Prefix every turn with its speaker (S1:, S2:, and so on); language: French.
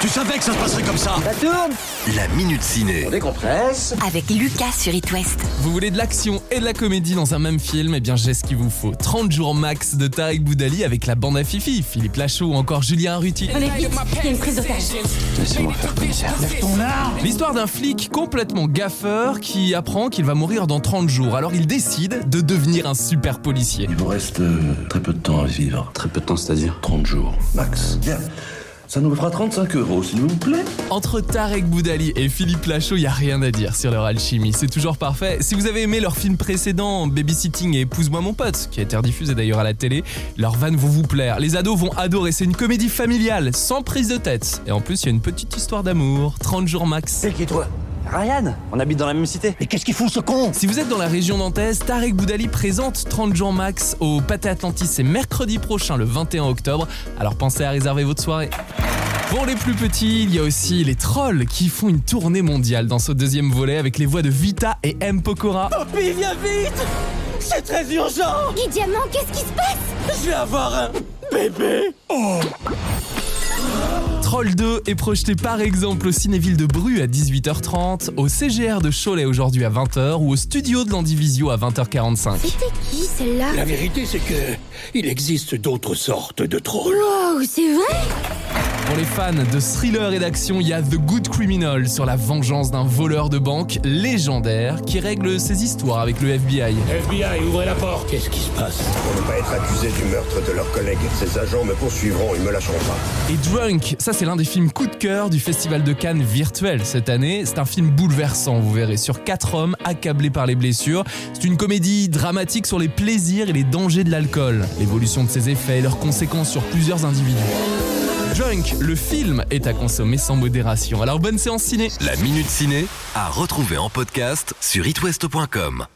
S1: Tu savais que ça se passerait comme ça
S2: Ça tourne
S3: La Minute Ciné.
S2: On décompresse.
S4: avec Lucas sur It West.
S5: Vous voulez de l'action et de la comédie dans un même film Eh bien, j'ai ce qu'il vous faut. 30 jours max de Tarek Boudali avec la bande à Fifi, Philippe Lachaud ou encore Julien Arruti.
S4: Allez vite, il y a une prise d'otage.
S5: L'histoire d'un flic complètement gaffeur qui apprend qu'il va mourir dans 30 jours. Alors, il décide de devenir un super policier.
S6: Il vous reste euh, très peu de temps à vivre.
S7: Très peu de temps, c'est-à-dire
S6: 30 jours, max. Bien. Ça nous fera 35 euros, s'il vous plaît.
S5: Entre Tarek Boudali et Philippe Lachaud, il n'y a rien à dire sur leur alchimie. C'est toujours parfait. Si vous avez aimé leur film précédent, Babysitting et Épouse-moi mon pote, qui a été rediffusé d'ailleurs à la télé, leurs vannes vont vous plaire. Les ados vont adorer. C'est une comédie familiale, sans prise de tête. Et en plus, il y a une petite histoire d'amour. 30 jours max.
S2: C'est qui toi
S7: Ryan On habite dans la même cité.
S2: Mais qu'est-ce qu'il fout ce con
S5: Si vous êtes dans la région nantaise, Tarek Boudali présente 30 jours max au Pâté Atlantis. C'est mercredi prochain, le 21 octobre. Alors pensez à réserver votre soirée. Pour les plus petits, il y a aussi les trolls qui font une tournée mondiale dans ce deuxième volet avec les voix de Vita et M. Pokora.
S2: Mais viens vite C'est très urgent
S8: Guy Diamant, qu'est-ce qui se passe
S2: Je vais avoir un bébé
S5: Troll 2 est projeté par exemple au Cinéville de Bru à 18h30, au CGR de Cholet aujourd'hui à 20h ou au studio de l'Andivisio à 20h45.
S8: C'était qui celle-là
S9: La vérité, c'est que il existe d'autres sortes de trolls.
S8: Wow, c'est vrai
S5: Pour les fans de thriller et d'action, il y a The Good Criminal sur la vengeance d'un voleur de banque légendaire qui règle ses histoires avec le FBI.
S9: FBI, ouvrez la porte. Qu'est-ce qui se passe
S6: Pour ne pas être accusé du meurtre de leurs collègues, ces agents me poursuivront et me lâcheront pas.
S5: Et Drunk, ça c'est l'un des films coup de cœur du Festival de Cannes virtuel cette année. C'est un film bouleversant, vous verrez, sur quatre hommes accablés par les blessures. C'est une comédie dramatique sur les plaisirs et les dangers de l'alcool, l'évolution de ses effets et leurs conséquences sur plusieurs individus. Drunk, le film, est à consommer sans modération. Alors bonne séance ciné
S3: La Minute Ciné à retrouver en podcast sur itwest.com.